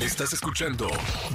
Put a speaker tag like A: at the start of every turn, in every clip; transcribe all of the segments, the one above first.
A: Estás escuchando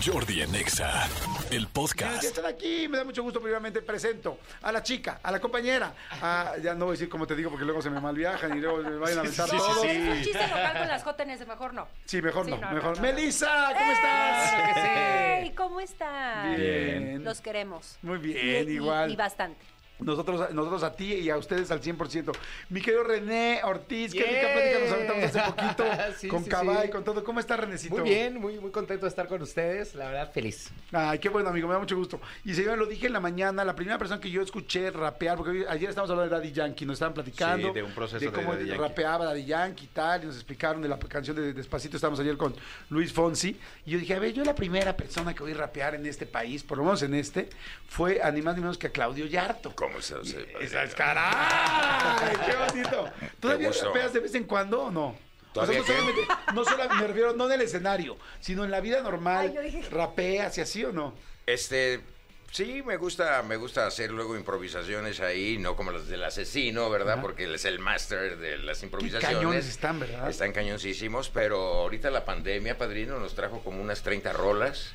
A: Jordi en EXA, el podcast.
B: Ya están aquí, me da mucho gusto. Primeramente presento a la chica, a la compañera. a- ya no voy a decir cómo te digo porque luego se me malviajan y luego me vayan a aventar
C: sí,
B: todo. Sí,
C: sí. sí.
D: Es un chiste local con las JNS, mejor no.
B: mejor
D: Sí,
B: no,
D: no, no, Eh,
B: mejor.
D: no, no.
B: Melissa, ¿cómo estás?
D: ¡Ey! ¿Cómo están?
B: Bien.
D: Los queremos.
B: Muy bien,
D: Y- y-
B: igual.
D: Y bastante.
B: Nosotros, nosotros a ti y a ustedes al 100%. Mi querido René Ortiz, qué rica
C: Yeah.
B: plática nos aventamos hace poquito
C: Sí,
B: con
C: sí,
B: Cabay,
C: sí.
B: con todo. ¿Cómo está Renecito?
C: Muy bien, muy, muy contento de estar con ustedes, la verdad feliz.
B: Ay, qué bueno, amigo, me da mucho gusto. Y señor, lo dije en la mañana, la primera persona que yo escuché rapear, porque hoy- ayer estábamos hablando de Daddy Yankee, nos estaban platicando.
E: Sí, de un proceso de
B: cómo
E: Daddy Yankee.
B: rapeaba Daddy Yankee y tal, y nos explicaron de la canción de Despacito, estábamos ayer con Luis Fonsi. Y yo dije, a ver, yo la primera persona que oí rapear en este país, por lo menos en este, fue a ni más ni menos que a Claudio Yarto. ¿Cómo se hace?
E: eh,
B: ¡Caray! ¡Qué bonito! ¿Todavía
E: gustó.
B: rapeas de vez en cuando o no? O sea,
E: ¿Todavía
B: no
E: qué?
B: solamente, no solo me refiero, no en el escenario, sino en la vida normal,
D: Ay, yo dije-
B: rapeas y así o no.
E: Este, sí, me gusta, me gusta hacer luego improvisaciones ahí, no como las del asesino, ¿verdad? Porque él es el máster de las improvisaciones.
B: cañones están, ¿verdad?
E: Están cañoncísimos, pero ahorita la pandemia, padrino, nos trajo como unas 30 rolas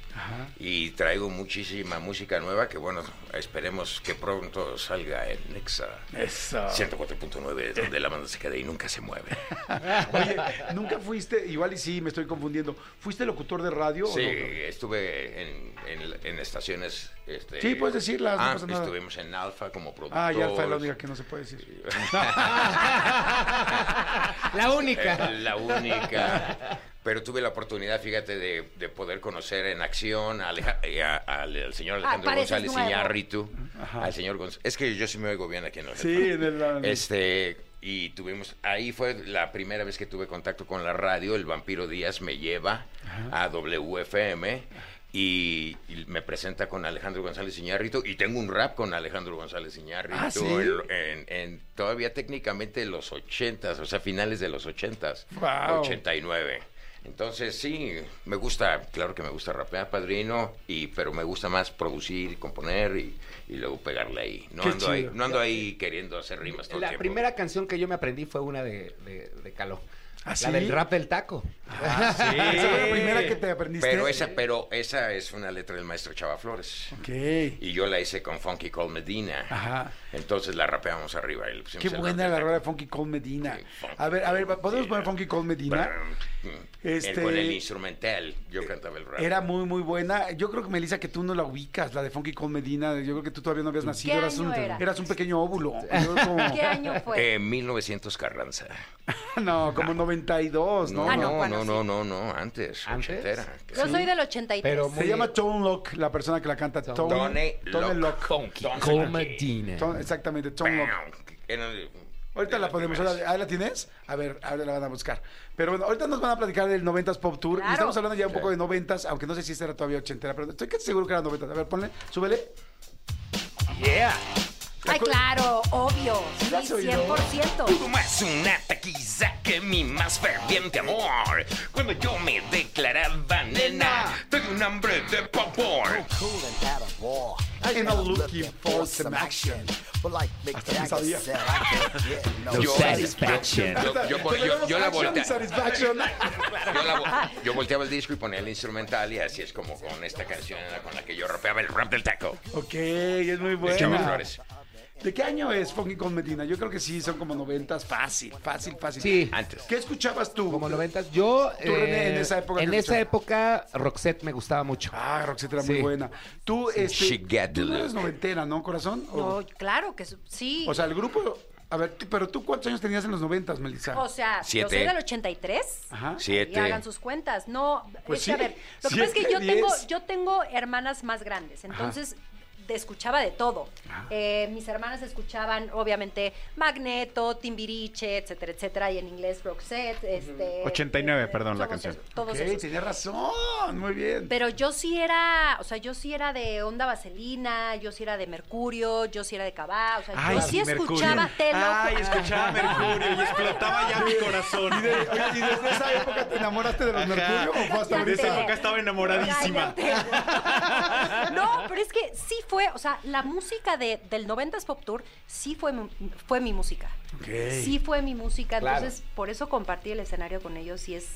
E: y traigo muchísima música nueva que, bueno, esperemos que pronto salga en Nexa.
B: Eso.
E: 104.9, donde la banda se queda y nunca se mueve.
B: Oye, nunca fuiste, igual y sí, me estoy confundiendo. ¿Fuiste locutor de radio? o
E: Sí,
B: no?
E: estuve en, en- en estaciones. Este,
B: Sí, puedes decirlas, no
E: Ah,
B: pasa nada.
E: Estuvimos en Alfa como productor.
B: Ah, ya Alfa es la única que no se puede decir.
C: La única.
E: Eh, la única. Pero tuve la oportunidad, fíjate, de, de poder conocer en acción a Aleja- eh, a- al, al señor Alejandro
D: pareces
E: González
D: nuevo.
E: Iñárritu. Al señor González. Es que yo sí me oigo bien aquí en los
B: Sí,
E: headphones.
B: en el-
E: Este, y tuvimos, ahí fue la primera vez que tuve contacto con la radio. El vampiro Díaz me lleva a WFM. Y, y me presenta con Alejandro González Iñárritu y tengo un rap con Alejandro González Iñárritu
B: Ah, ¿sí?
E: en- en, en todavía técnicamente los ochentas, o sea, finales de los ochentas.
B: Wow.
E: 89. Entonces, sí, me gusta, claro que me gusta rapear, padrino, y pero me gusta más producir, componer y, y luego pegarle ahí. No
B: Qué
E: ando ahí,
B: chido.
E: no ando ahí queriendo hacer rimas todo el
C: La
E: tiempo.
C: primera canción que yo me aprendí fue una de, de, de Caló.
B: ¿Ah, sí?
C: La del rap del taco.
B: Esa fue la primera que te aprendiste.
E: pero esa, pero esa es una letra del maestro Chava Flores.
B: Ok.
E: Y yo la hice con Funky Cole Medina.
B: Ajá.
E: Entonces la rapeamos arriba. y le pusimos
B: Qué
E: el
B: buena
E: rap
B: la
E: del
B: rola de
E: taco.
B: Funky Cole Medina.
E: Sí, Funky
B: A ver, a ver,
E: Cole
B: ¿podemos poner
E: Medina.
B: Funky Cole Medina? Este- eh,
E: El- mm, con el instrumental, yo cantaba el rap.
B: Era muy, muy buena. Yo creo que, Melissa, que tú no la ubicas, la de Funky Cole Medina. Yo creo que tú todavía no habías nacido. eras,
D: año
B: un,
D: era?
B: eras un pequeño óvulo. Yo como-
D: ¿Qué año fue?
E: Eh, 1900 Carranza.
B: no, como 92, Pues ¿no?
E: No,
D: Ah,
E: no,
D: no,
E: no,
D: bueno,
E: no,
D: sí.
E: no, no, antes,
C: ¿Antes?
E: ochentera.
D: Yo soy del 83.
C: Pero
B: Se
C: muy-
B: llama Tone Lock, la persona que la canta. Tone,
E: Tone
B: Tone Lock.
C: Comadina.
B: Tone- exactamente, Tone Lock.
E: Bam. Era el-
B: Ahorita
E: de
B: la
E: las
B: podemos,
E: primeras.
B: ahí la tienes. A ver, ahora la van a buscar. Pero bueno, ahorita nos van a platicar del 90s Pop Tour. Y
D: Claro.
B: estamos hablando ya un
E: Sí.
B: poco de 90s, aunque no sé si esta era todavía 80, pero estoy casi seguro que era 90. A ver, ponle, súbele.
C: Yeah.
D: Ay, claro, obvio.
B: ¿Sí la has
D: Sí,
B: oído?
D: 100%.
E: Hubo más una taquiza que mi más ferviente amor. Cuando yo me declaraba nena, tengo un hambre de pavor.
F: cool and had a ball.
B: I'm not looking for some
F: But like Mick
B: Hasta me
F: Jagger
B: sabía.
F: said, I can't get no
E: Yo-
C: satisfaction.
E: Yo, yo- yo- yo- yo la
B: Action y
E: voltea-
B: Satisfaction.
E: Yo, la vo- yo volteaba el disco y ponía el instrumental y así es como con esta canción era con la que yo rapeaba el rap del taco.
B: ok, es muy
E: De Chava
B: buena.
E: Flores.
B: ¿De qué año es Funky con Medina? Yo creo que sí, son como 90s. Fácil, fácil, fácil.
C: Sí.
E: Antes.
B: ¿Qué escuchabas tú?
C: Como noventas. Yo. eh,
B: Tú, René, en esa época
C: En
B: que
C: esa
B: escuchaba.
C: época, Roxette me gustaba mucho.
B: Ah, Roxette era muy
C: Sí.
B: buena. Tú, este,
E: She got the
B: tú no
E: look.
B: eres noventera, ¿no, corazón?
D: No,
B: O,
D: claro que su- sí.
B: Oh. o sea, el grupo... A ver, tú- pero tú cuántos años tenías en los noventas, Melissa?
D: O sea, yo
E: Siete.
D: soy del 83.
B: Ajá.
D: Y
G: este,
E: Siete.
D: hagan sus cuentas. No,
B: Pues
D: es que, a
B: sí,
D: ver, lo que pasa es que
B: siete,
D: yo tengo,
B: diez.
D: yo tengo hermanas más grandes, entonces de- escuchaba de todo.
G: Ah.
D: Eh, mis hermanas escuchaban, obviamente, Magneto, Timbiriche, etcétera, etcétera, y en inglés Roxette, este...
G: 89, perdón, la
D: todos
G: canción.
D: esos- todos
B: Ok,
D: esos.
B: tenía razón, muy bien.
D: Pero yo sí era, o sea, yo sí era de Onda Vaselina, yo sí era de Mercurio, yo sí era de Cabá, o sea, yo
G: Ay,
D: sí
G: Mercurio.
D: escuchaba telo.
G: Ay, escuchaba Ah, Mercurio y explotaba ya mi corazón.
B: Y, de- oye, ¿y desde esa época te enamoraste de los Mercurio o fue hasta
G: De esa
B: ahorita?
G: época estaba enamoradísima.
D: Cállate. No, pero es que sí fue, o sea, la música de, del 90s Pop Tour sí fue, mi- fue mi música. Sí fue mi música,
C: Claro.
D: entonces por eso compartí el escenario con ellos y es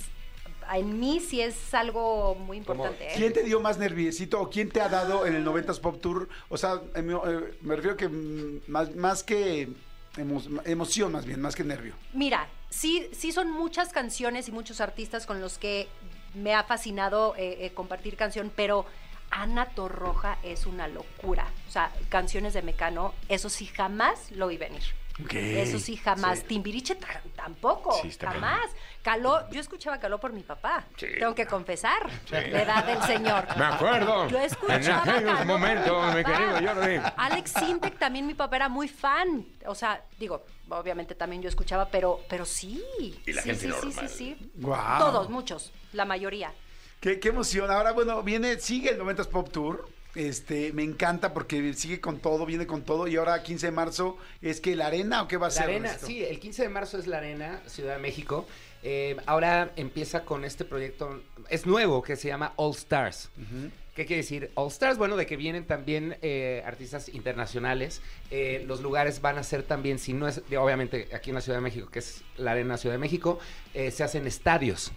D: en mí sí es algo muy importante. ¿eh?
B: ¿Quién te dio más nerviecito o quién te ha dado en el 90s Pop Tour? O sea, em- eh, me refiero que mm, más, más que emo- emoción, más bien, más que nervio.
D: Mira, sí, sí son muchas canciones y muchos artistas con los que me ha fascinado eh, eh, compartir canción, pero Ana Torroja es una locura. O sea, canciones de Mecano, eso sí jamás lo vi venir. Eso sí jamás. Timbiriche ta- tampoco,
G: Sí, está
D: jamás. Caló, yo escuchaba Caló por mi papá.
E: Sí.
D: Tengo que confesar la edad del señor.
E: Me acuerdo.
D: Yo escuchaba
E: En aquellos
D: Caló por
E: momentos, mi
D: papá.
E: querido Jordi.
D: Alex Sintek también mi papá era muy fan. O sea, digo, obviamente también yo escuchaba, pero, pero sí.
E: Y la
D: sí,
E: gente
D: sí,
E: normal.
D: sí, sí, sí.
B: Guau.
D: Todos, muchos, la mayoría.
B: Qué, qué emoción. Ahora, bueno, viene, sigue el 90s Pop Tour. Este, me encanta porque sigue con todo, viene con todo. Y ahora, 15 de marzo, ¿es que la arena o qué va a
C: La
B: ser?
C: arena,
B: Ernesto?
C: sí, el 15 de marzo es la arena, Ciudad de México. Eh, ahora empieza con este proyecto, es nuevo, que se llama All Stars. ¿Qué quiere decir All Stars? Bueno, de que vienen también eh, artistas internacionales. Eh, los lugares van a ser también, si no es, de- obviamente aquí en la Ciudad de México, que es la arena Ciudad de México, eh, se hacen estadios.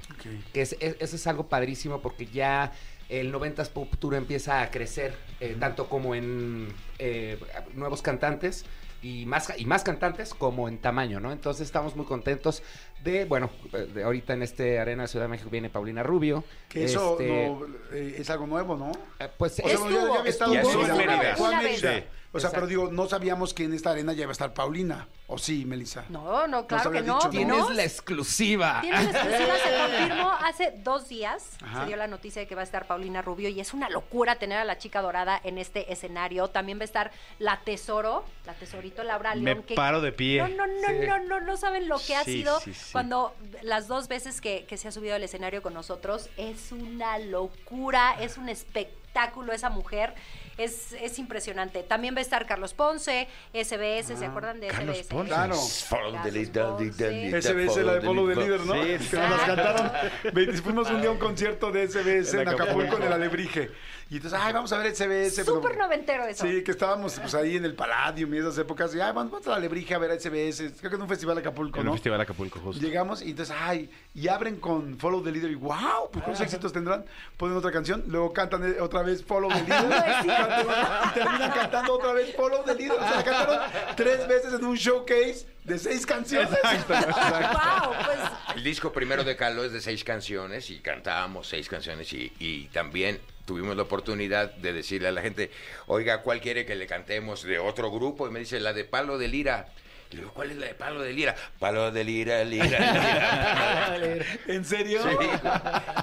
C: Que es- es- eso es algo padrísimo porque ya el 90s Pop Tour empieza a crecer, eh, tanto como en eh, nuevos cantantes y más, y más cantantes como en tamaño, ¿no? Entonces estamos muy contentos de, bueno, de ahorita en este Arena de Ciudad de México viene Paulina Rubio.
B: Que eso
C: este,
B: no, eh, es algo nuevo, ¿no?
C: eh, Pues
B: O sea, bueno, ya, ya había estado
E: Ya
B: en
E: estuvo en
B: Mérida.
E: Mérida.
B: Fue a
D: Una
B: Mérida.
D: vez.
G: Sí.
B: O sea,
C: Exacto.
B: pero digo, no sabíamos que en esta arena ya iba a estar Paulina. ¿O sí, Melissa?
D: No, no,
B: Nos
D: claro
B: había
D: que no.
B: dicho, ¿no?
C: tienes
D: ¿no?
C: la exclusiva.
D: Tiene la exclusiva, se confirmó hace dos días.
B: Ajá.
D: Se dio la noticia de que va a estar Paulina Rubio y es una locura tener a la chica dorada en este escenario. También va a estar la tesoro, la tesorito Laura
G: Me
D: León. que-
G: paro de pie.
D: No, no, no,
C: Sí.
D: no, no, no saben lo que ha
G: Sí,
D: sido
G: sí, sí.
D: cuando las dos veces que, que se ha subido al escenario con nosotros. Es una locura, es un espectáculo esa mujer. Es, es impresionante. También va a estar Carlos Ponce, SBS, ¿se acuerdan de
G: Ah, Carlos
D: SBS?
G: Ponce.
B: Claro.
E: Follow the leader,
D: Carlos
E: leader,
D: Ponce.
E: leader,
B: SBS, la de Polo
E: follow
B: de
E: the
B: Líder, ¿no?
G: Sí,
B: que nos las cantaron. Ve- Fuimos un día a un concierto de SBS en
G: En Acapulco.
B: Acapulco, en el Alebrije. Y entonces, ay, vamos a ver SBS. pero-
D: Súper noventero eso.
B: Sí, que estábamos pues, ahí en el Palladium y esas épocas. Y, ay, vamos, vamos a la Alebrije a ver a SBS. Creo que en un festival de Acapulco,
G: En
B: ¿no?
G: un festival de Acapulco, justo.
B: Llegamos y entonces, ay, y abren con Follow the Leader y wow, pues cuántos éxitos tendrán. Ponen otra canción, luego cantan eh, otra vez Follow the Leader. cantan otra- y terminan cantando otra vez Follow the Leader. O sea, la cantaron tres veces en un showcase de seis canciones.
D: Wow, pues
E: El disco primero de Caló es de seis canciones y cantábamos seis canciones y, y también tuvimos la oportunidad de decirle a la gente, oiga, ¿cuál quiere que le cantemos de otro grupo? Y me dice, la de Palo de Lira. Le digo, ¿cuál es la de Palo de Lira? Palo de Lira, Lira, Lira.
B: ¿En serio?
E: Sí.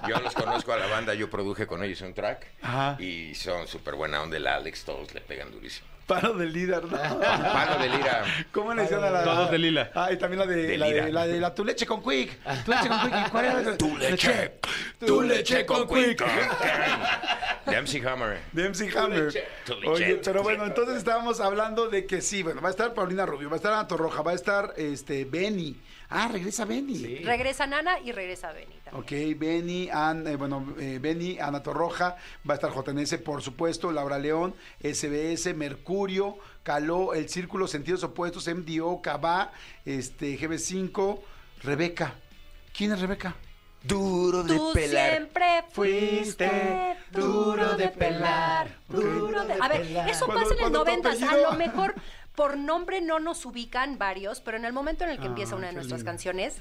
E: Yo los conozco a la banda, yo produje con ellos un track
B: Ajá.
E: y son súper buena onda el Alex, todos le pegan durísimo.
B: Paro del líder, ¿no?
E: Palo de Lira.
B: ¿Cómo le decían a la
G: Todos de lila.
B: Ah, y también la de,
E: De
B: la, de
E: lira.
B: la de la tu leche con quick. Tu leche con quick. ¿Y cuál era? la-
E: Tu leche, tu leche con cuica. De MC Hammer.
B: De MC Hammer.
E: leche. Tu leche.
B: Oye, pero bueno, entonces estábamos hablando de que sí, bueno, va a estar Paulina Rubio, va a estar Ana Torroja, va a estar este Benny. Ah, regresa Benny.
D: Regresa Nana y regresa Benny también.
B: Ok, Benny, An- eh, bueno, eh, Benny, Ana Torroja, va a estar JNS, por supuesto, Laura León, SBS, Mercurio, Caló, El Círculo, Sentidos Opuestos, MDO, Cabá, este, GB5, Rebeca. ¿Quién es Rebeca?
E: Duro de
D: Tú
E: pelar.
D: siempre fuiste duro de pelar, duro de... A ver, eso
B: Cuando-
D: pasa en el
B: cuando tu
D: 90, a
B: apellido-
D: lo mejor por nombre no nos ubican varios, pero en el momento en el que empieza una de
B: Ah, qué
D: nuestras
B: lindo.
D: canciones,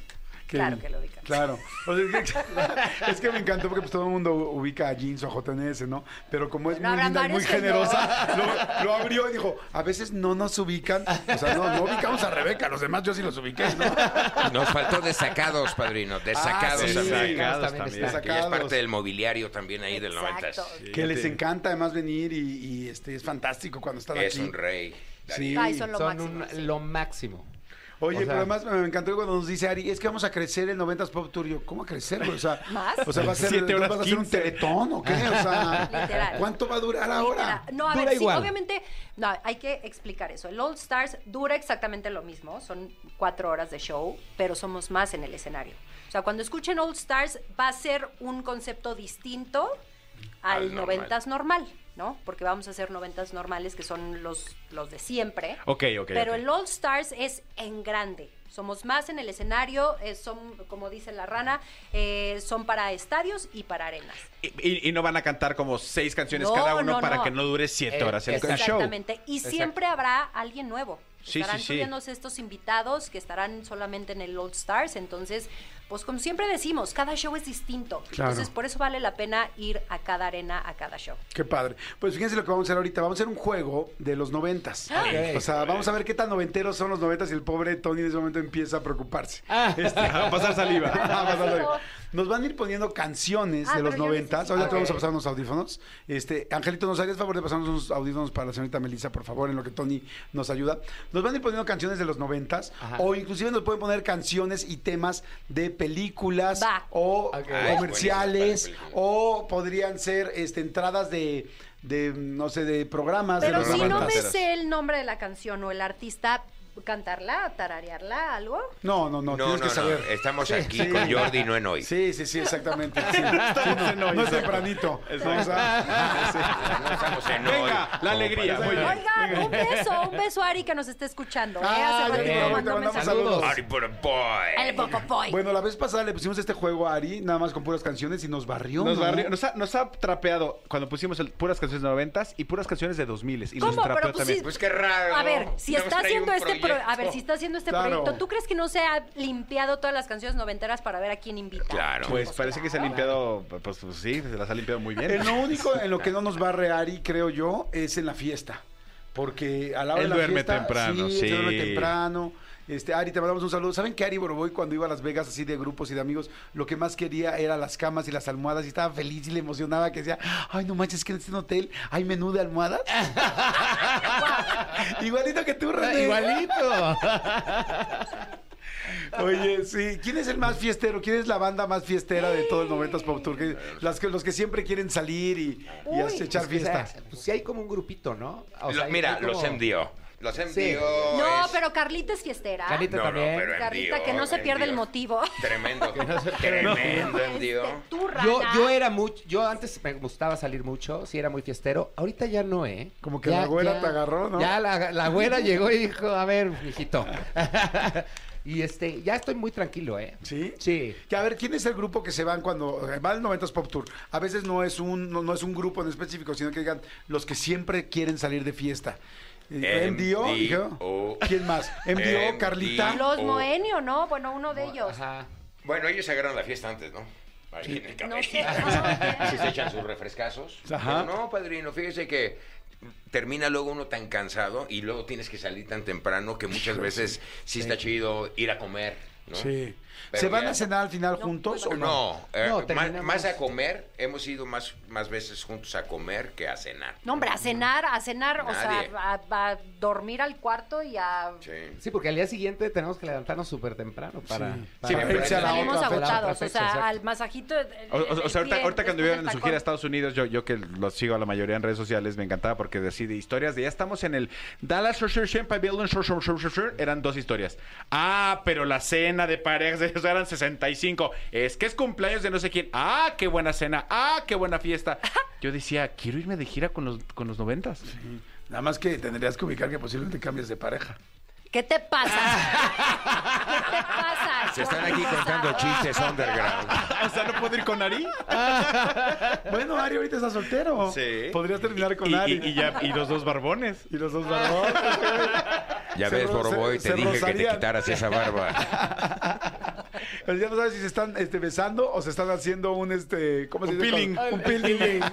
B: Qué
D: claro
B: bien.
D: que lo ubican.
B: Claro. O sea, es, que, es que me encantó porque pues, todo el mundo ubica a Jeans o a JNS, ¿no? Pero como es
D: Pero
B: muy
D: habrá
B: linda y muy
D: varios que
B: generosa, lo, lo abrió y dijo, a veces no nos ubican. O sea, no, no ubicamos a Rebeca, los demás yo sí los ubiqué, ¿no?
E: Nos faltó desacados, padrino. Desacados.
B: Ah, sí,
E: amigo.
B: sí.
G: Sacados
C: también
G: también.
B: está.
E: Que ya es
B: Sacados.
E: parte del mobiliario también ahí del 90.
D: Exacto.
B: Que les encanta además venir y, y, este es fantástico cuando están
E: Es
B: aquí.
E: un rey.
B: Sí.
D: Ay, son lo
C: Son
D: máximo.
C: un-
D: sí.
C: lo máximo.
B: Oye,
C: O sea-
B: pero además me encantó cuando nos dice Ari, es que vamos a crecer el 90s Pop Tour. Yo, ¿cómo a crecer? güey? O sea,
D: ¿Más?
B: O sea, va a ser,
G: Siete horas
B: ¿vas a hacer un
G: 15.
B: teletón o qué? O sea,
D: Literal.
B: ¿cuánto va a durar ahora?
D: Literal. No, a
C: Dura
D: ver, sí,
C: igual.
D: obviamente, no, hay que explicar eso. El All Stars dura exactamente lo mismo, son cuatro horas de show, pero somos más en el escenario. O sea, cuando escuchen All Stars va a ser un concepto distinto
E: Al
D: al
E: normal.
D: noventas normal, ¿no? Porque vamos a hacer noventas normales que son los, los de siempre.
H: Ok, ok.
D: Pero
H: ok.
D: el All Stars es en grande. Somos más en el escenario, eh, son, como dice la rana, eh, son para estadios y para arenas.
H: Y, y- y no van a cantar como seis canciones
D: No,
H: cada uno
D: no,
H: para
D: no.
H: que no dure siete
C: Eh,
H: horas el, el show.
D: Exactamente. Y
C: Exacto.
D: siempre habrá alguien nuevo.
H: Sí,
D: estarán
H: sí, sí.
D: subiéndose estos invitados que estarán solamente en el All Stars. Entonces, pues como siempre decimos, cada show es distinto.
B: Claro.
D: Entonces, por eso vale la pena ir a cada arena, a cada show.
B: Qué padre. Pues fíjense lo que vamos a hacer ahorita. Vamos a hacer un juego de los noventas. O sea, vamos a ver qué tan noventeros son los noventas y el pobre Tony en ese momento empieza a preocuparse. Este,
H: A pasar saliva.
B: Ah, vas a ver. Nos van a ir poniendo canciones
D: Ah,
B: de los
D: pero yo
B: noventas.
D: necesito-
B: Ahorita te vamos a
C: Ok.
B: pasar unos audífonos. Este, Angelito, ¿nos harías favor de pasarnos unos audífonos para la señorita Melissa, por favor, en lo que Tony nos ayuda? Nos van a ir poniendo canciones de los noventas.
C: Ajá.
B: O inclusive nos pueden poner canciones y temas de películas
D: Va.
B: o
C: Ok.
E: Ah, es
B: comerciales.
E: buenísimo para películas.
B: O podrían ser este, entradas de, de, no sé, de programas. de
D: Pero
B: los
D: si no me
B: noventas.
D: sé el nombre de la canción o el artista, cantarla, tararearla, algo.
B: No, no, no,
E: No,
B: tienes
E: no,
B: que saber.
E: no. Estamos aquí
B: sí.
E: con Jordi, no en hoy.
B: Sí, sí, sí, exactamente. sí. no, es tempranito. Ah, O sea, sí.
E: No estamos en hoy.
H: Venga, la alegría.
E: Como
H: Muy bien.
D: Oigan, un beso, un beso a Ari que nos está escuchando. ¿eh?
B: Ah,
D: Hace
B: ya te
D: ratito
B: mandamos-
D: mandó
B: te
D: un
B: mandamos
D: mensaje.
B: saludos.
E: Party for a boy.
D: El Popopoy.
B: Bueno, la vez pasada le pusimos este juego a Ari, nada más con puras canciones y nos barrió.
H: Nos,
B: ¿no?
H: barrió- nos ha, nos ha trapeado cuando pusimos el- puras canciones de noventas y puras canciones de dos miles. Y nos
D: ¿Cómo?
H: trapeó
D: Pero pues sí,
H: también.
E: Pues qué raro.
D: A ver, si
E: Nos
D: está
E: trae
D: haciendo
E: un
D: este pro- a ver, si está haciendo este
B: Claro.
D: proyecto, ¿tú crees que no se ha limpiado todas las canciones noventeras para ver a quién invita?
E: Claro.
H: Pues parece que se ha limpiado, pues, pues, sí, se las ha limpiado muy bien.
B: En lo único en lo que no nos barre Ari, creo yo, es en la fiesta. Porque a la hora
H: Él
B: de la
H: duerme
B: fiesta,
H: temprano,
B: él se duerme
H: sí.
B: temprano. Este, Ari, te mandamos un saludo. ¿Saben que Ari Boroboy cuando iba a Las Vegas así de grupos y de amigos, lo que más quería era las camas y las almohadas y estaba feliz y le emocionaba que decía, ay, no manches, que en este hotel hay menú de almohadas? Igualito que tú,
C: Ah,
B: René.
I: Igualito.
B: Oye, sí. ¿Quién es el más fiestero? ¿Quién es la banda más fiestera de todo el 90s Pop Tour? Que- las que, los que siempre quieren salir y, y
C: Uy,
B: hacer- echar
C: pues, o sea,
B: fiesta.
C: Pues sí hay como un grupito, ¿no? O
E: Lo-
C: sea, hay-
E: mira,
C: hay como-
E: los envió. Los envió.
D: No,
E: es-
D: pero Carlita es fiestera.
C: Carlita
E: No, no,
C: también.
E: pero
D: Carlita,
E: envió,
D: que no se pierda el
E: envió.
D: motivo.
E: Tremendo.
D: No,
E: Tremendo
D: este,
E: envío.
D: tú,
C: Yo,
D: rana.
C: yo era mucho, yo antes me gustaba salir mucho, sí era muy fiestero, ahorita ya no, ¿eh?
B: Como que
C: Ya-
B: la güera
C: ya-
B: te agarró, ¿no?
C: Ya la, la güera llegó y dijo, a ver, mijito. y este, ya estoy muy tranquilo, ¿eh?
B: ¿Sí?
C: Sí.
B: Que, a ver, ¿quién es el grupo que se van cuando eh, va al 90s Pop Tour? A veces no es un no, no es un grupo en específico, sino que digan los que siempre quieren salir de fiesta. Eh, MDO,
E: MDO.
B: dijo. ¿quién más? MDO, Carlita.
E: MDO.
D: Los
E: Oh.
D: Moenio, ¿no? Bueno, uno de ellos.
C: Ajá.
E: Bueno, ellos agarran la fiesta antes, ¿no? Ahí en el
D: No sé.
E: camerino. Sí se echan sus refrescazos.
B: Ajá.
E: Pero no, padrino, fíjese que termina luego uno tan cansado y luego tienes que salir tan temprano que muchas veces sí está chido ir a comer, ¿no?
B: Sí.
E: Pero
B: ¿Se van
E: ya-
B: a cenar al final
D: No,
B: juntos o
D: pues,
B: no?
E: No, eh,
C: No,
E: ma-
C: terminamos-
E: más, a comer, hemos ido más, más veces juntos a comer que a cenar.
D: No, hombre, a cenar, a cenar,
E: Nadie.
D: o sea, a, a dormir al cuarto y a...
E: Sí.
C: Sí, porque al día siguiente tenemos que levantarnos súper temprano para...
B: Sí.
C: para-
B: Sí, irse a la
D: Salimos
B: otra fecha,
D: agotados, o
C: fecha,
D: sea,
C: exacto.
D: al masajito... el-
H: O, o- o
D: el
H: sea, ahorita,
D: pie,
H: ahorita cuando
D: después
H: iban
D: del
H: en su gira a
D: tacón.
H: Estados Unidos, yo, yo que los sigo a la mayoría en redes sociales, me encantaba porque decía de historias de ya estamos en el Dallas Research Pavilion, shur, shur, shur, shur, shur", eran dos historias. Ah, pero la cena de parejas de ellos eran 65. Es que es cumpleaños de no sé quién. Ah, qué buena cena. Ah, qué buena fiesta. Yo decía, quiero irme de gira con los, con los noventas.
B: Nada más que tendrías que ubicar que posiblemente cambies de pareja.
D: ¿Qué te pasa? ¿Qué te pasa?
E: Se están aquí contando chistes underground.
H: o sea, ¿no puedo ir con Ari?
B: Bueno, Ari ahorita está soltero.
H: Sí.
B: Podrías terminar con
H: Y,
B: Ari.
H: y- y ya, y los dos barbones.
B: Y los dos barbones.
E: Ya
B: Se
E: ves,
B: ro-
E: Boroboy,
B: se-
E: te
B: se
E: dije que
B: rozarían.
E: te quitaras esa barba.
B: Pero ya no sabes si se están este, besando o se están haciendo un este. ¿Cómo se
H: Un
B: dice?
H: peeling.
B: Con- Un peeling.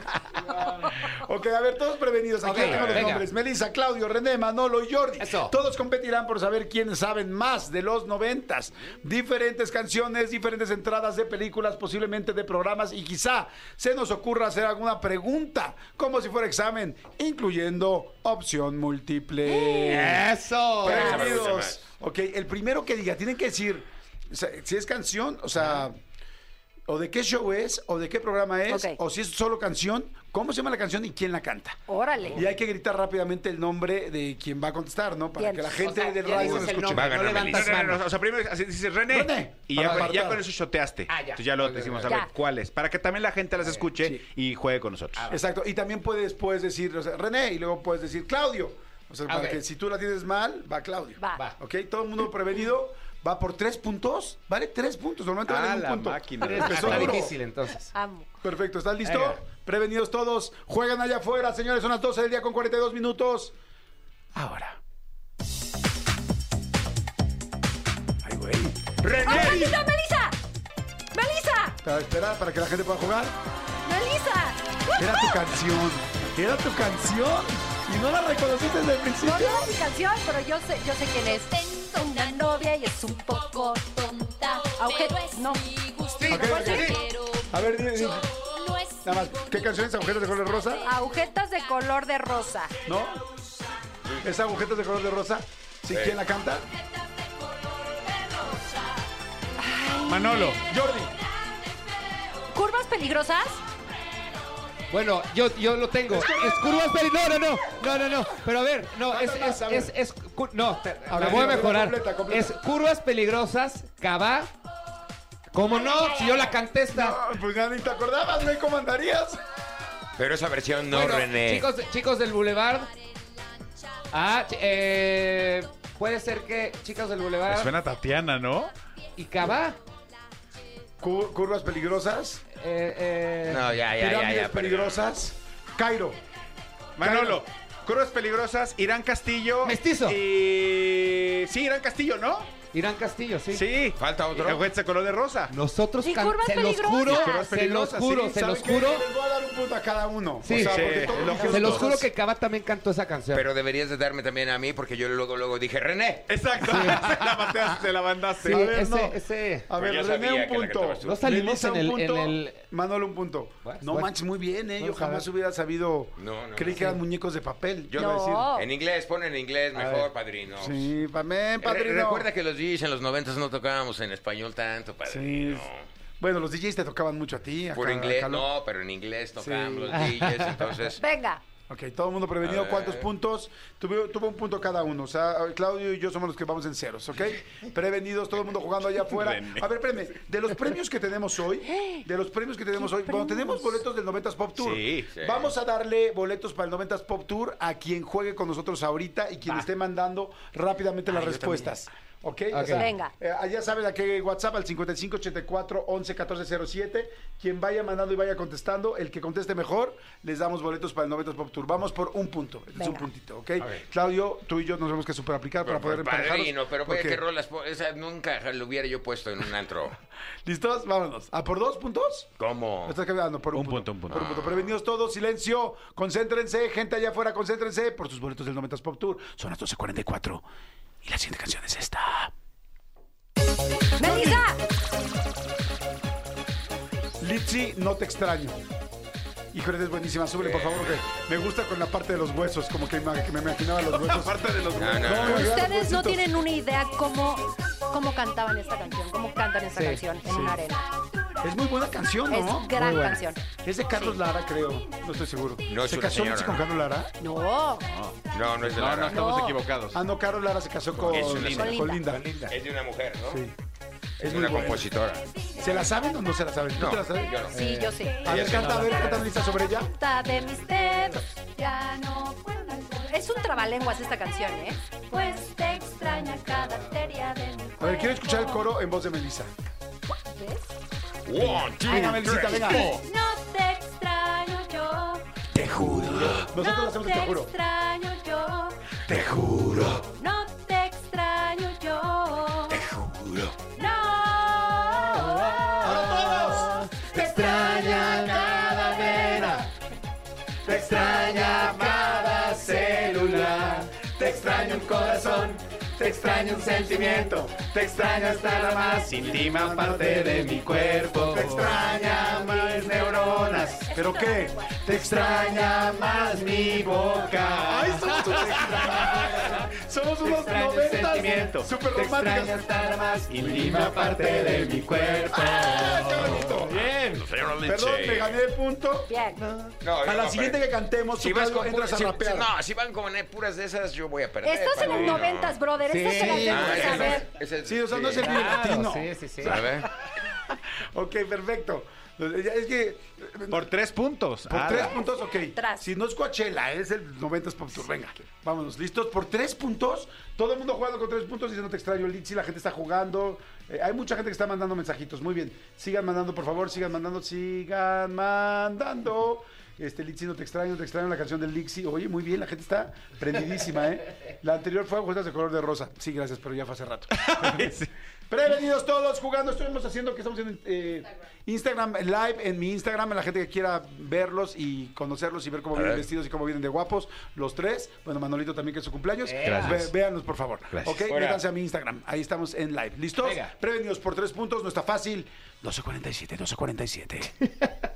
B: ok, a ver, todos prevenidos. Aquí
C: Ok,
B: tengo los
C: venga.
B: nombres: Melissa, Claudio, René, Manolo y Jordi.
C: Eso.
B: Todos competirán por saber quiénes saben más de los noventas. Diferentes canciones, diferentes entradas de películas, posiblemente de programas, y quizá se nos ocurra hacer alguna pregunta, como si fuera examen, incluyendo opción
C: ¡Eh!
B: múltiple.
C: ¡Eso!
E: Pero esa me gusta
B: Prevenidos.
E: más.
B: Ok, el primero que diga, tienen que decir, o sea, si es canción, o sea, o de qué show es, o de qué programa es,
D: Ok.
B: o si es solo canción, cómo se llama la canción y quién la canta.
D: Órale.
B: Y hay que gritar rápidamente el nombre de quien va a contestar, ¿no? Para
D: Bien.
B: que la gente
C: O sea,
B: del
C: ya
B: radio
C: dices
B: lo
C: el
B: escuche.
C: nombre.
E: Va a ganar
C: no
E: Melissa.
C: levantas
H: No, no, no,
C: mano.
H: no, o sea, primero así dices René.
B: René.
H: Y ya,
B: Para
H: con- ya
B: apartar.
H: con eso shoteaste.
C: Ah, ya.
H: Entonces ya lo
C: Ok,
H: decimos
C: ok,
H: a ver
D: ya.
H: cuáles. Para que también la gente las escuche
B: sí.
H: y juegue con nosotros.
B: Exacto. Y también puedes, puedes decir, o sea, René, y luego puedes decir Claudio. O sea, para
C: Ok.
B: que si tú la tienes mal, va Claudio.
D: Va.
C: Va.
B: ¿Ok? Todo el mundo prevenido va por tres puntos. Vale tres puntos. Normalmente
H: Ah,
B: vale un
H: la
B: punto.
H: máquina.
B: Empezó
C: Está
B: duro.
C: difícil entonces.
D: Amo.
B: Perfecto, ¿están listos?
H: Venga.
B: Prevenidos todos. Juegan allá afuera, señores. Son las 12 del día con 42 minutos. Ahora. Ay, güey.
D: ¡Ah,
H: ¡René!
D: Melissa, Melissa! ¡Melissa!
B: Para esperar, para que la gente pueda jugar.
D: ¡Melissa!
B: Era tu canción. Era tu canción. Y no la reconociste desde el
D: No
B: principio.
D: viene mi canción, pero yo sé, yo sé quién es. Tengo una novia y es un poco tonta. Aunque no.
B: Ok, ok. A ver, dime, dime. Nada más. ¿Qué canciones? ¿Agujetas de color rosa?
D: Agujetas de color de rosa.
B: ¿No? ¿Es agujetas de color de rosa? ¿Sí?
E: Sí.
B: ¿Quién la canta?
H: Manolo.
B: Jordi.
D: ¿Curvas peligrosas?
C: Bueno, yo, yo lo tengo. Es curvas peri- No, no, no. No, no, no. Pero a ver, no, es.
B: Cántalas,
C: es,
B: a ver.
C: es, es cu- no, te-
B: A
C: la
B: ver,
C: voy a
B: digo,
C: mejorar.
B: completa, completa.
C: Es curvas peligrosas, cava. Como no, si yo la canté esta.
B: Ah, pues ya ni te acordabas, güey. ¿Cómo andarías?
E: Pero esa versión no,
C: Bueno,
E: René.
C: Chicos, chicos del Boulevard. Ah, ch- eh, puede ser que chicos
B: Ah.
C: del
H: Me
C: Boulevard
H: Suena a Tatiana, ¿no?
C: y cava.
B: Cu- curvas peligrosas.
C: Eh, eh,
E: no, ya, ya, ya,
B: pirámides
E: ya.
B: peligrosas. Cairo.
H: Manolo. Cruz Peligrosas, Irán Castillo.
C: Mestizo.
H: Y... Sí, Irán Castillo, ¿no?
C: Irán Castillo, sí.
H: Sí.
E: Falta otro.
H: Y Agujetas de color de rosa.
C: Nosotros
D: Y
C: can-
D: curvas
C: se los juro,
D: peligrosas.
H: Curvas
C: Ah, se los
H: peligrosas,
C: juro,
H: sí,
C: se
B: ¿Saben
C: los
B: qué?
C: juro,
B: Les voy a dar un punto a cada uno.
C: Sí.
H: Sí,
B: porque todos
H: es lo que-
B: dijeron
C: se los juro
B: cosas.
C: que Cava también cantó esa canción.
E: Pero deberías de darme también a mí porque yo luego luego dije, René.
H: Exacto. se la bateaste, se la mandaste.
C: sí,
B: a ver,
C: ese,
B: no.
C: ese.
B: A ver,
E: Pues ya
B: René
E: sabía
B: un
E: que la
B: punto.
E: cantabas tú.
C: No salimos
B: Melissa,
C: en
B: un
C: el, en
B: punto.
C: el.
B: Manolo un punto.
C: Bueno,
B: no
C: bueno.
B: manches, muy bien, ¿eh? Yo
C: Vamos a
B: jamás
C: ver.
B: hubiera sabido.
E: No, no,
B: Creí
E: no.
B: que eran muñecos de papel.
E: Yo-
B: iba a decir.
D: No.
E: En inglés, pon en inglés mejor, padrino.
B: Sí, pamén, padrino.
E: pues. Re- Recuerda que los DJs en los noventas no tocábamos en español tanto,
B: Sí.
E: padrino.
B: Bueno, los DJs te tocaban mucho a ti. a
E: Por
B: ca- a
E: inglés,
B: Calo.
E: no, pero en inglés tocábamos
B: Sí.
E: los DJs, entonces...
D: Venga.
B: Ok, todo el mundo prevenido.
E: A
B: ¿Cuántos
E: ver.
B: puntos? Tuvo, tuvo un punto cada uno. O sea, Claudio y yo somos los que vamos en ceros, ¿ok? Prevenidos, todo el mundo jugando allá afuera. A ver, espérame. De los premios que tenemos hoy, de los premios que tenemos hoy, bueno, tenemos boletos del 90s Pop Tour.
E: Sí, sí.
B: Vamos a darle boletos para el 90s Pop Tour a quien juegue con nosotros ahorita y quien esté mandando
E: Ah,
B: rápidamente las respuestas. ¿Ok? O
C: Ok.
B: sea,
D: Venga.
B: eh, ya saben a qué WhatsApp, al 5584 11 14 07. Quien vaya mandando y vaya contestando, el que conteste mejor, les damos boletos para el 90 Pop Tour. Vamos por un punto. Este es un
D: Venga.
B: puntito, ¿ok? Claudio, tú y yo nos vemos que super aplicar para
E: Pero,
B: poder
E: pero,
B: emparejarnos.
E: padrino, pero pues, vaya
B: porque-
E: que rolas, po- esa nunca lo hubiera yo puesto en un antro.
B: ¿Listos? Vámonos. ¿A por dos puntos?
E: ¿Cómo?
B: Estás cambiando por un,
H: Un punto, un punto.
B: Por un punto. Prevenidos todos, silencio. Concéntrense, gente allá afuera, concéntrense por sus boletos del 90 Pop Tour. Son las 12.44. Y la siguiente canción es esta.
D: ¡Melissa!
B: Litsi, no te extraño. Híjole, es buenísima. Súbele, por favor, que me gusta con la parte de los huesos, como que ima- que me imaginaba los huesos.
H: Aparte de los...
E: No, no, no.
B: me agarran
D: Ustedes no
B: huesitos.
D: tienen una idea cómo, cómo cantaban esta canción, cómo cantan esta
C: Sí,
D: canción en
B: sí.
D: una arena.
B: Es muy buena canción,
D: Es
B: ¿no?
D: gran canción.
B: Es de Carlos Lara, creo. No estoy seguro.
E: No es
B: ¿Se
E: una
B: casó
E: señora,
B: Litsi con
E: ¿no?
B: Carlos Lara?
D: No,
E: No, no es de
H: No, no,
E: Lara.
H: estamos
D: No.
H: equivocados.
B: Ah, no, Carlos Lara se casó con,
E: Es una
B: con
E: señora.
D: Con
B: Linda.
D: Linda.
E: Es de una mujer, ¿no?
B: Sí.
E: Es,
B: Es muy
E: una
B: buena.
E: compositora.
B: ¿Se la saben o no se la saben? ¿Tú
E: No,
B: te la sabes?
E: yo no.
D: sí, yo sé.
B: A ver, canta, a ver, canta lista sobre ella.
D: Punta de mis dedos, ya no puedo encontrar- Es un trabalenguas esta canción, ¿eh? Pues te extraña cada arteria de mi
B: A ver, quiero escuchar el coro en voz de Melissa.
D: ¿Ves?
E: One, two,
B: Venga, Melisita,
E: three,
B: venga.
E: four.
D: No te extraño yo.
B: Nosotros lo hacemos, te juro.
D: extraño yo.
B: Te juro.
D: No te extraño yo. Te juro. No.
B: Ahora todos.
D: Te
B: extraña cada vena. Te extraña cada célula. Te extraño un corazón. Te extraño un sentimiento. Te extraño hasta la más íntima parte de mi cuerpo. Te extraña mis neuronas. ¿Pero qué? Te extraña más mi boca. Somos unos
C: extraño el sentimiento,
B: noventas super
C: te extraño
B: románticos.
C: estar más íntima parte de mi cuerpo.
B: ¡Ah, qué bonito!
H: Bien.
B: Perdón, me gané el punto.
D: Bien.
B: A la siguiente que cantemos,
E: Si
B: tú
E: vas
B: Calvo,
E: con
B: entras
E: puras,
B: a
E: si-
B: rapear.
E: no, si van con eh, puras de esas, yo voy a perder.
D: Estás en los
E: padrino.
D: noventas, brother. Estas se las
C: Sí.
E: Ah,
D: debemos
E: ese-
D: saber.
E: ese-
B: Sí, o sea, no es el
E: Ah,
B: latino.
C: sí, sí, sí.
E: ¿sabe?
B: Ok, perfecto. Ya Es que.
H: Por tres puntos.
B: Por
H: Ah,
B: tres
H: la-
B: puntos, ok.
D: Tras.
B: Si no es Coachella, es el 90 Pop Tour. Venga, vámonos, listos. Por tres puntos, todo el mundo jugando con tres puntos. Dice, no te extraño, Litsi, la gente está jugando. Eh, hay mucha gente que está mandando mensajitos. Muy bien. Sigan mandando, por favor, sigan mandando, sigan mandando. Este, Litsi, no te extraño, no te extraño la canción de Litsi. Oye, muy bien, la gente está prendidísima, ¿eh? La anterior fue Agujetas de color de rosa. Sí, gracias, pero ya fue hace rato. Prevenidos todos jugando. Estuvimos haciendo que estamos en eh, Instagram Live, en mi Instagram, a la gente que quiera verlos y conocerlos y ver cómo vienen
E: ver.
B: vestidos y cómo vienen de guapos, los tres. Bueno, Manolito también que es su cumpleaños.
H: Eh, Gracias.
B: Ve- véanlos, por favor.
H: Gracias.
B: Ok, métanse a mi Instagram. Ahí estamos en live. ¿Listos?
C: Venga.
B: Prevenidos por tres puntos, no está fácil. 12.47, 12.47.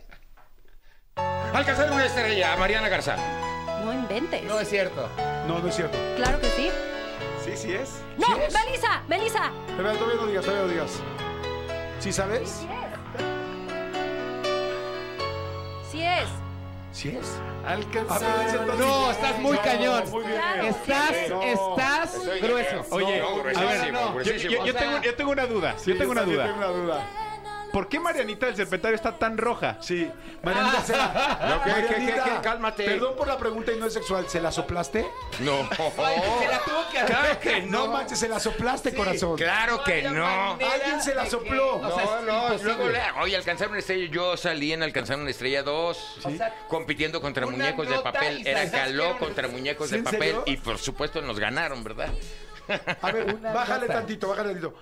E: Alcanzar una estrella, Mariana Garza.
D: No inventes.
C: No es cierto.
B: No, no es cierto.
D: Claro que sí.
H: Sí, sí es.
D: ¡No!
B: ¿Sí es?
D: ¡Melisa! ¡Melisa!
B: Pero todavía no digas, todavía no digas. ¿Sí sabes?
D: Sí es.
B: ¿Sí es? A ver, dice
H: Alcanzar.
B: entonces-
C: No, estás muy cañón.
B: Muy bien.
D: Claro.
C: Estás,
B: No.
C: estás
E: Estoy-
C: grueso.
E: No,
H: Oye,
E: no,
H: a ver,
E: gruesísimo,
C: no.
H: Yo,
E: gruesísimo.
H: yo- yo
C: O sea-
H: tengo, yo tengo una duda. yo tengo una
B: Sí,
H: duda.
B: Tengo una duda.
H: ¿Por qué Marianita el Cepetario está tan roja?
B: Sí, Marianita se la...
E: No, ¿qué, qué,
B: Marianita,
E: qué, qué? Cálmate.
B: Perdón por la pregunta y no es sexual. ¿Se la soplaste?
E: No.
C: Ay, se la tuvo que
E: Claro que
B: No,
E: no.
B: manches, se la soplaste, corazón.
E: Claro que
C: había
E: no.
C: manera
B: Alguien se la
C: de que-
B: sopló.
C: o sea,
E: No,
C: es
E: no,
C: imposible.
E: luego le Oye, alcanzar una estrella. Yo salí en alcanzar una estrella 2.
C: O sea,
E: Compitiendo contra
C: una
E: muñecos de
C: nota
E: papel.
C: y
E: Era
C: sacas que era
E: caló
C: un-
E: contra muñecos
B: ¿Sí,
E: de
B: en
E: papel.
B: serio?
E: Y por supuesto nos ganaron, ¿verdad?
B: A ver, bájale
C: nota.
B: tantito, bájale tantito.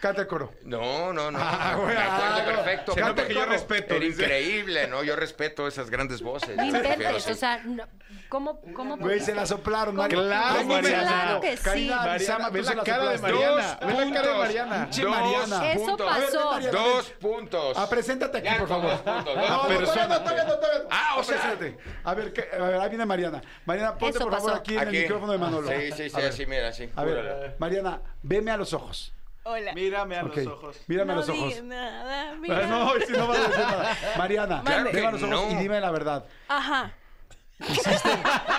B: Canta el coro.
E: No, no, no.
B: Ah,
E: me
B: güey,
E: acuerdo
B: ah, no.
E: perfecto.
H: Se nota
E: porque
H: que yo respeto,
E: Era
H: dice.
E: increíble, ¿no? Yo respeto esas grandes voces.
D: No inventes.
E: Pero
D: O
E: sí.
D: sea, no- ¿cómo, cómo
B: Güey, se la soplaron, Mari.
H: Claro,
B: Ay,
H: Mariana.
D: Claro que sí.
B: Karina Arizama,
H: Mariana,
B: tú
H: ve
B: se
H: la cara de
B: soplaste.
H: Mariana.
E: Dos
H: Ve la cara de
E: puntos.
H: Mariana.
B: Pinche
E: Dos
B: Mariana.
D: Eso
E: puntos.
D: pasó.
B: A ver, ven, Mariana.
E: Dos puntos.
B: Ah, preséntate aquí,
E: Ya,
B: por
E: con
B: favor. Ah,
E: dos puntos,
B: No,
E: dos
B: no,
E: puntos.
B: todavía no, todavía no, todavía no.
E: Ah, o sea.
B: Preséntate. A ver, que- a ver, ahí viene Mariana. Mariana, ponte
D: Eso
B: por favor
D: pasó.
B: aquí en el micrófono de Manolo.
E: Ah, Sí, sí, sí, así, mira, así.
B: A ver, Mariana, veme a los ojos.
I: Hola.
G: Mírame a
B: Ok,
G: los ojos.
B: Mírame a
I: no
B: los ojos.
I: digas nada,
B: Ah,
I: mira.
B: No, si no vas a decir nada. Mariana,
E: Claro
B: veme
E: que
B: a los ojos
E: no.
B: y dime la verdad.
I: Ajá.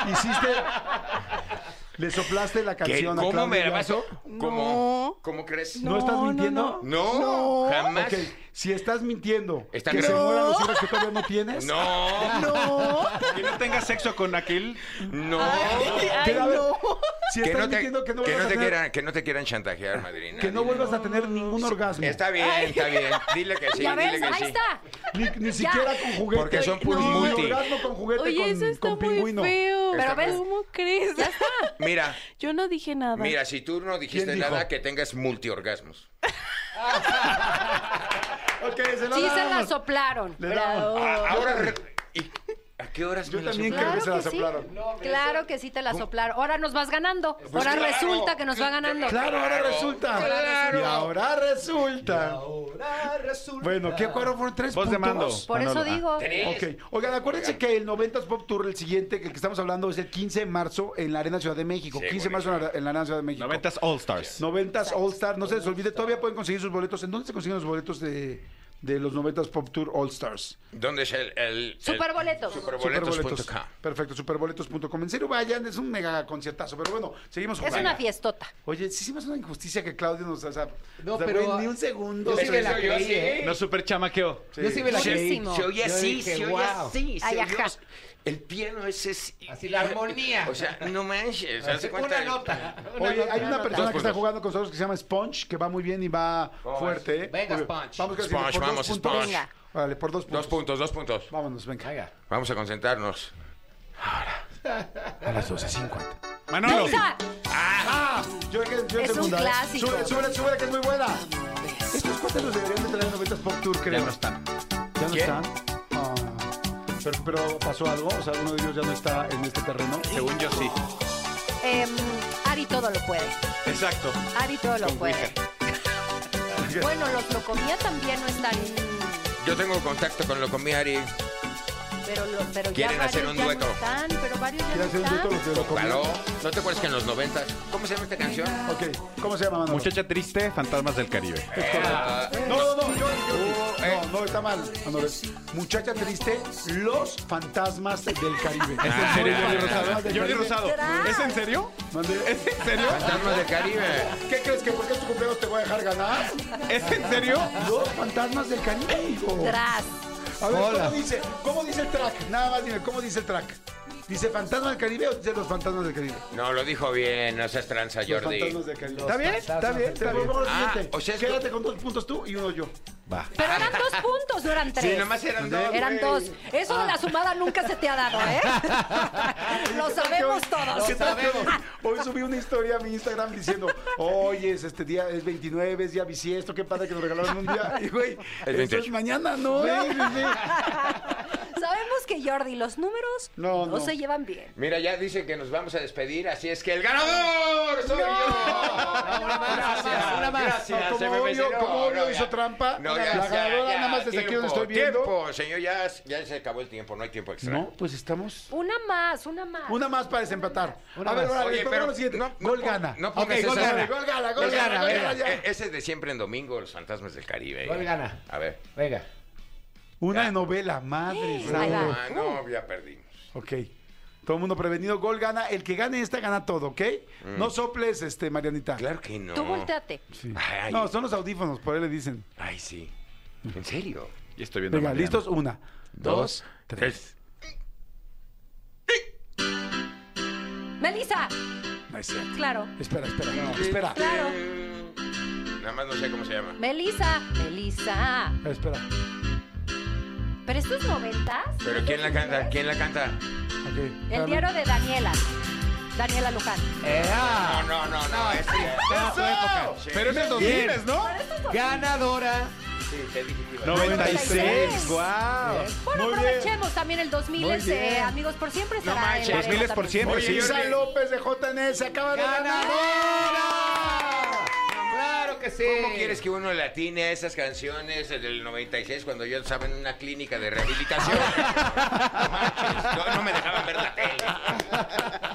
B: Hiciste. Le soplaste la
E: ¿Qué?
B: canción a
E: ¿Cómo
B: Claudio
E: me la
B: Yarto?
E: pasó? ¿Cómo?
I: No.
E: ¿Cómo crees?
B: ¿No estás mintiendo?
I: No,
E: No,
B: No.
E: jamás.
B: Ok, Si estás mintiendo,
E: Está
B: que se
E: grave.
B: mueran los hijos que todavía no tienes.
E: No, no,
I: no.
H: Que no tengas sexo con aquel.
I: Ay, ay,
B: Pero, a ver,
I: no.
B: Si
E: Que
B: estás
E: no, te,
B: mintiendo que no
E: que
B: vuelvas
E: no
B: a
E: te
B: tener-
E: quieran, que no te quieran chantajear, madrina.
B: que no
E: Dile.
B: vuelvas a tener ningún orgasmo.
E: Está bien, está bien. Dile que sí,
D: ¿Ya
E: dile
D: ves?
E: que
D: Ahí
E: sí.
D: está.
B: Ni, ni siquiera con juguete.
E: Porque son puros
B: Ni
E: multi.
B: orgasmo con juguete
I: Oye,
B: con,
I: eso está
B: con
I: muy
B: pingüino.
I: feo.
E: Pero
D: ves-
I: ¿Cómo crees?
E: Mira,
I: Yo no dije nada.
E: mira, si tú no dijiste
B: ¿Quién dijo?
E: nada, que tengas multiorgasmos.
B: Ok, se la
D: Sí se la
B: damos.
D: soplaron.
B: Le damos.
E: A- Ah, ahora, re- ¿y ¿a qué horas
B: Yo
E: me la
B: también
E: soplas?
B: creo que se la
D: Claro que sí.
B: soplaron.
D: Claro que sí te la soplaron. Ahora nos vas ganando. Ahora
E: claro.
D: resulta que nos va ganando.
B: Claro, ahora resulta.
E: Claro.
B: Y ahora resulta.
C: Ahora resulta.
B: Bueno, ¿qué fueron? Fueron tres
H: Voz de
B: puntos.
H: mando.
D: Por eso
H: Manolo, ah.
D: digo.
B: Ok. Oigan, acuérdense que el 90s Pop Tour, el siguiente, que, el que estamos hablando, es el 15 de marzo en la Arena Ciudad de México.
E: Sí,
B: 15 de marzo en la, en la Arena Ciudad de México.
H: 90s All Stars.
B: 90s All Star. No se les olvide, todavía pueden conseguir sus boletos. ¿En dónde se consiguen los boletos de, de los 90s Pop Tour All Stars?
E: ¿Dónde es el, el- el-
D: Superboletos.
E: Superboletos.com.
B: Perfecto, superboletos.com. En serio, vayan, es un mega conciertazo. Pero bueno, seguimos
D: Es
B: jugando.
D: una fiestota.
B: Oye, sí, sí, me hace una injusticia que Claudio nos. O sea,
C: No,
B: o sea,
C: pero-
B: güey,
D: ah,
B: Ni un segundo.
C: Yo sí me la
E: Yo sí.
C: creí, ¿eh?
H: No super chamaqueo.
C: Yo sí me la creí.
D: Buenísimo.
E: Se oye
C: Yo
E: así,
C: dije,
E: se oye
C: "Guau".
E: así, se
D: Ay,
E: oye
D: ajá.
E: así. El piano ese es...
C: Así, la armonía.
E: O sea, no manches, ¿se hace cuenta?
C: Una nota.
B: Oye, hay una persona
E: Dos
B: que está
E: puntos.
B: jugando con nosotros que se llama Sponge, que va muy bien y va
E: Vamos.
B: fuerte. ¿eh?
C: Venga,
B: Oye,
C: Sponge.
B: Vamos, que-
E: Sponge,
B: por dos
E: vamos,
B: puntos.
E: Sponge.
D: Venga.
B: Vale, por dos puntos.
E: Dos puntos, dos puntos.
B: Vámonos, venga.
E: Vamos a concentrarnos.
B: A las 12.50.
H: Manolo.
D: Esa,
B: ¡Ah! Yo dije, yo
D: Es un
B: segunda, ¿eh?
D: clásico.
B: Súbele, súbele, súbele, que es muy buena. Estos cuates los deberían de traer en 90 Pop Tour, creo.
H: Ya no están.
B: ¿Ya no
E: ¿Quién?
B: están? Ah. Pero, pero pasó algo, o sea, uno de ellos ya no está en este terreno.
H: Según yo sí.
D: em, Ari todo lo puede.
H: Exacto.
D: Ari todo lo
H: Con
D: puede. Bueno, los locomía también no están.
E: Yo tengo contacto con Locomiari.
D: ¿Ves? Pero, lo- pero ya
E: Quieren hacer
D: varios
E: un
D: ya no
E: dueto.
D: están, pero varios ya no
B: ¿Quieres hacer un
D: están.
B: dueto lo que lo
E: Paró.
B: comió?
E: ¿No te acuerdas que en los 90? ¿Cómo se llama esta canción?
B: Ok, ¿cómo se llama, Manolo?
H: Muchacha triste, fantasmas del Caribe.
E: Ah,
B: No, no, no, yo, yo- no, no, está mal. Manolo. eh, Muchacha triste, los fantasmas del Caribe.
H: ¿Es en serio, Jordi
B: Los fantasmas
H: Rosado?
B: del
H: Jordi
B: Caribe.
H: Rosado, ¿es en serio?
B: Mande.
H: ¿Es en serio?
E: Fantasmas del Caribe.
B: ¿Qué crees que porque es tu cumpleaños te voy a dejar ganar?
H: ¿Es en serio?
B: Los fantasmas del Caribe. hijo.
D: Tras.
B: A ver,
H: Hola.
B: ¿cómo dice? ¿Cómo dice el track? Nada más dime, ¿cómo dice el track? ¿Dice fantasma del Caribe o dice los fantasmas del Caribe?
E: No, lo dijo bien, no seas tranza,
B: Los
E: Jordi.
B: fantasmas del Caribe.
C: Está bien, está bien, está bien.
B: Vamos a lo
E: Ah,
B: siguiente.
E: o sea, es que-
B: Quédate con dos puntos tú y uno yo.
H: Va.
D: Pero eran dos puntos, no eran tres.
E: Sí, nomás eran dos. Ah.
D: Eran dos. Eso de la sumada nunca se te ha dado, ¿eh? Lo sabemos todos.
B: ¿Qué tal que hoy- Hoy subí una historia a mi Instagram diciendo, oye, es este día es 29, es día bisiesto, qué padre que nos regalaron un día. Y güey, esto
E: 28.
B: es mañana, ¿no? Ah, Sí, sí, sí.
D: Sabemos que Jordi, los números
B: No,
D: no,
B: no.
D: se llevan bien.
E: Mira, ya dice que nos vamos a despedir, así es que el ganador soy yo.
C: No, una más,
E: gracias,
C: una más.
E: gracias.
B: No, como
E: se me
B: obvio-
E: venció.
B: como obvio
E: ya.
B: hizo trampa, la ganadora nada más desde aquí donde
E: Tiempo,
B: estoy viendo.
E: Tiempo, señor, ya, ya se acabó el tiempo, no hay tiempo extra.
B: No, pues estamos.
D: Una más, una más.
B: Una más para desempatar.
C: Una
B: a ver,
C: más.
B: ahora,
E: Oye,
B: les
E: pero
B: lo siguiente.
E: no- no
B: gol
E: pon-
B: gana.
E: no pongas
B: Ok, gol
E: esas-
B: gana, gol gana, gol
E: Gol
B: gana,
E: gana,
B: gol
E: venga.
B: gana, ya.
E: E- Ese es de siempre en domingo, los fantasmas del Caribe.
C: Gol
E: ya.
C: gana.
E: A ver.
C: Venga.
B: Una de novela, madre
D: Ahí va.
B: santa.
E: Ah, no, ya perdimos.
B: Ok. Todo el mundo prevenido, gol gana. El que gane esta gana todo, ¿ok? No soples, este, Marianita.
E: Mm. Claro que no.
D: Tú volteate.
B: Sí.
E: Ay.
B: No, son los audífonos, por ahí le dicen.
E: Ay, sí. ¿En serio?
H: Ya estoy viendo. a
B: Venga,
H: Mariana.
B: listos, una.
E: Dos,
B: tres.
D: Melissa,
B: No es cierto.
D: claro.
B: Espera, espera, espera.
D: Claro.
E: Nada más no sé cómo se llama.
D: Melissa, Melissa.
B: Espera.
D: Pero estos noventas.
E: Pero ¿quién la canta? ¿Quién la canta?
B: ok.
D: El
B: Espérame.
D: diario de Daniela. Daniela Luján.
B: Ah.
E: No, no, no, no. Es
H: ¡Eso! Pero es el 2000, ¿no?
C: Ganadora.
E: Sí, te dije que iba a-
H: 96.
D: 96.
H: ¡Guau!
D: Bueno,
B: Muy bien.
D: aprovechemos también el 2000,
B: Muy
D: es, eh,
B: bien.
D: amigos, por siempre estará en la
H: 2000 es por
D: siempre.
H: siempre.
E: Oye,
H: sí.
B: Isa López de JNS acaba de ganar.
C: ¡Ganadora! ¡Claro que sí!
E: ¿Cómo quieres que uno le atine a esas canciones del 96 cuando yo estaba en una clínica de rehabilitación? No, manches, no, no me dejaban ver la tele.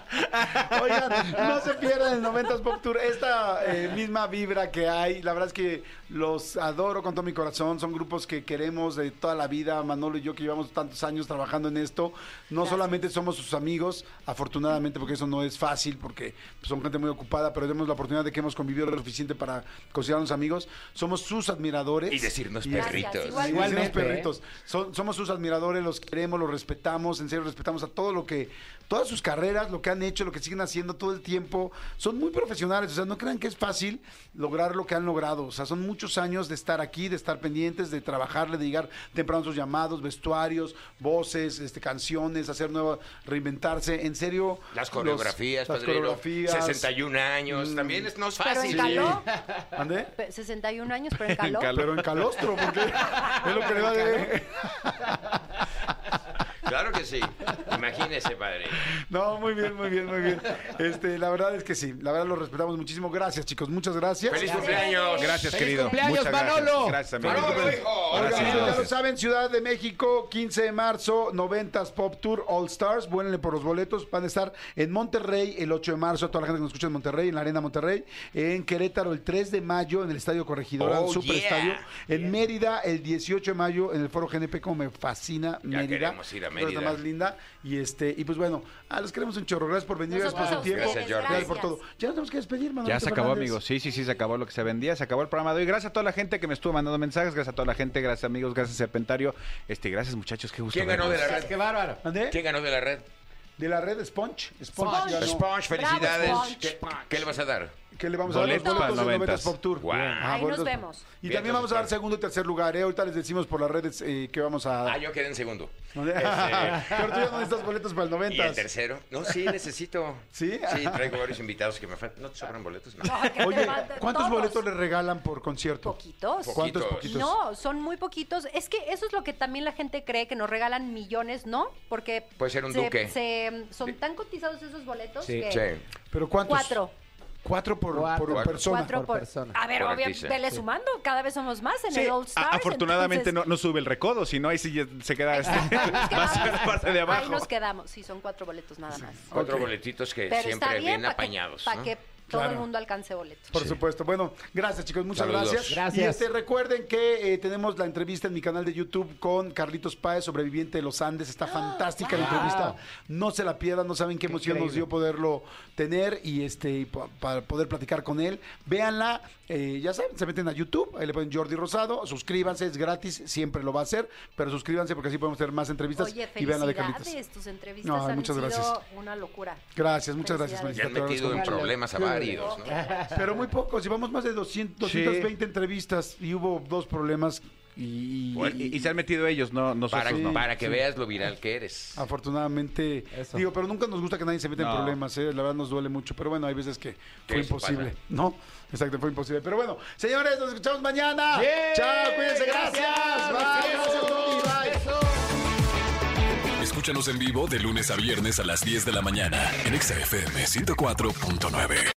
B: Oigan, no se pierdan el 90s Pop Tour. Esta eh, misma vibra que hay, la verdad es que los adoro con todo mi corazón. Son grupos que queremos de toda la vida. Manolo y yo, que llevamos tantos años trabajando en esto, no solamente somos sus amigos, afortunadamente, porque eso no es fácil, porque son gente muy ocupada, pero tenemos la oportunidad de que hemos convivido lo suficiente para considerarnos amigos. Somos sus admiradores.
E: Y decirnos
B: Y-
E: perritos.
B: Igual
D: igual.
B: los
C: Igualmente,
B: perritos. Son- somos sus admiradores, los queremos, los respetamos, en serio respetamos a todo lo que, todas sus carreras, lo que han hecho, lo que siguen haciendo todo el tiempo. Son muy profesionales, o sea, no crean que es fácil lograr lo que han logrado. O sea, son muchos años de estar aquí, de estar pendientes, de trabajarle, de llegar temprano a sus llamados, vestuarios, voces, este, canciones, hacer nuevas, reinventarse. En serio.
E: Las
B: los-
E: coreografías,
B: las
E: Pedrero.
B: coreografías.
E: 61 años. También es, no es
B: Ah,
D: Pero
E: fácil.
D: en caló,
B: ¿Mande?
D: pe- 61 años, pero en caló.
B: Pero en calostro, porque es lo que le va a deber.
E: Claro que sí. Imagínese, padre.
B: No, muy bien, muy bien, muy bien. Este, la verdad es que sí, la verdad lo respetamos muchísimo. Gracias, chicos, muchas gracias.
E: ¡Feliz cumpleaños!
H: Gracias,
C: ¡Feliz
H: querido.
C: cumpleaños,
H: Muchas gracias.
C: Manolo!
H: Gracias, amigo.
E: ¡Manolo, hijo!
B: Oigan,
H: Gracias,
B: ya lo
H: gracias.
B: saben, Ciudad de México, 15 de marzo, 90s Pop Tour All Stars. Vuelenle por los boletos. Van a estar en Monterrey el 8 de marzo. Toda la gente que nos escucha en Monterrey, en la Arena Monterrey. En Querétaro el 3 de mayo en el Estadio Corregidora,
E: Oh,
B: el Superestadio.
E: yeah.
B: En Mérida el 18 de mayo en el Foro GNP, como me fascina
E: Ya
B: Mérida.
E: queremos ir a
B: La
E: Mérida.
B: más linda. Y este y pues bueno, ah, los queremos un chorro. Gracias por venir, gracias por su
D: Nosotros
B: tiempo.
D: a
E: Gracias, Jordi.
B: Gracias por todo. Ya nos tenemos que despedir, Manuel.
H: Ya se acabó, amigos. Sí, sí, sí, se acabó lo que se vendía, se acabó el programa de hoy. Gracias a toda la gente que me estuvo mandando mensajes, gracias a toda la gente, gracias amigos, gracias Serpentario. Este, gracias muchachos, qué gusto.
E: ¿Quién ganó de
H: verlos.
E: la
C: Gracias,
E: red?
C: ¡Qué bárbaro!
B: ¿Mande?
E: ¿Quién ganó de la red?
B: De la red Sponge. Sponge.
D: Sponge.
B: ya no.
E: Sponge,
D: Bravo,
E: felicidades.
D: Sponge.
E: ¿Qué, qué le vas a dar?
B: ¿Qué le vamos
H: Boletos
B: a dar?
H: para
B: Los boletos del
H: noventas.
B: 90s Pop Tour.
E: Guau.
B: Ajá,
D: Ahí nos
B: boletos.
D: vemos.
B: Y
E: Bien,
B: también vamos a dar
E: entonces,
B: segundo y tercer lugar. ¿eh? Ahorita les decimos por las redes eh, que vamos a
E: Ah,
B: dar.
E: yo quedé en segundo.
B: Pero tú ya no necesitas boletos para el
E: ¿Y el
B: 90s.
E: tercero? No, sí, necesito.
B: ¿Sí?
E: Sí, traigo varios invitados que me faltan. ¿No te sobran boletos? No.
D: No, que te
B: Oye,
D: manden
B: ¿cuántos
D: todos.
B: boletos le regalan por concierto?
D: Poquitos.
E: Poquitos.
B: ¿Cuántos poquitos?
D: No, son muy poquitos. Es que eso es lo que también la gente cree que nos regalan millones, ¿no? Porque
E: Puede ser un
D: se-
E: duque.
D: se- son tan cotizados esos boletos
C: Sí.
D: que
E: Sí.
B: ¿Pero cuántos?
D: cuatro.
B: Cuatro por,
C: Cuatro.
B: por
E: Cuatro.
B: persona.
D: Cuatro
C: Por
D: por,
C: persona.
D: A ver,
E: Por
D: obviamente,
E: artista.
D: vele sumando, cada vez somos más en
H: Sí,
D: el All
H: a-
D: Stars.
H: afortunadamente no, no sube el recodo, si no ahí sí ya se queda este, va a ser parte de
D: Ahí
H: abajo.
D: nos quedamos, sí, son cuatro boletos nada más.
E: Cuatro boletitos que
D: Pero está
E: siempre
D: bien,
E: bien,
D: para
E: apañados.
D: Que, para
E: ¿no?
D: que todo el
B: Claro.
D: mundo alcance boletos.
B: Por supuesto. Bueno, gracias chicos, muchas
E: Saludos.
B: gracias.
C: Gracias.
B: Y este, recuerden que eh, tenemos la entrevista en mi canal de YouTube con Carlitos Páez, sobreviviente de los Andes. Está fantástica la
D: wow.
B: entrevista. No se la pierdan, no saben qué emoción nos
C: increíble.
B: dio poderlo tener y este y pa- para poder platicar con él. Véanla, eh, ya saben, se meten a YouTube, ahí le ponen Jordi Rosado, suscríbanse, es gratis, siempre lo va a hacer, pero suscríbanse porque así podemos tener más entrevistas
D: Oye,
B: y vean la de Carlitos.
D: felicidades, tus entrevistas
B: Ay,
D: han
B: muchas
D: sido
B: gracias.
D: una locura.
B: Gracias, muchas gracias,
D: Felicidades.
E: Ya han
B: Felicitaciones.
E: metido en
C: Claro.
E: problemas a varios, ¿no?
B: Pero muy pocos, llevamos más de 200,
H: Sí.
B: 220 entrevistas y hubo dos problemas y, y-
H: Pues, Y, y- y se han metido ellos, no
E: Para,
H: nosotros no.
E: para que veas lo viral que
B: Ah,
E: eres.
B: afortunadamente,
C: Eso.
B: digo, pero nunca nos gusta que nadie se meta en
H: No.
B: problemas, ¿eh? la verdad nos duele mucho, pero bueno, hay veces que fue
E: eso
B: imposible,
E: pasa.
B: ¿no? Exacto, fue imposible, pero bueno, señores, nos escuchamos mañana. Chao, cuídense, gracias. Bye, gracias, Tony, bye.
A: Escúchanos en vivo de lunes a viernes a las 10 de la mañana en Exa FM 104.9.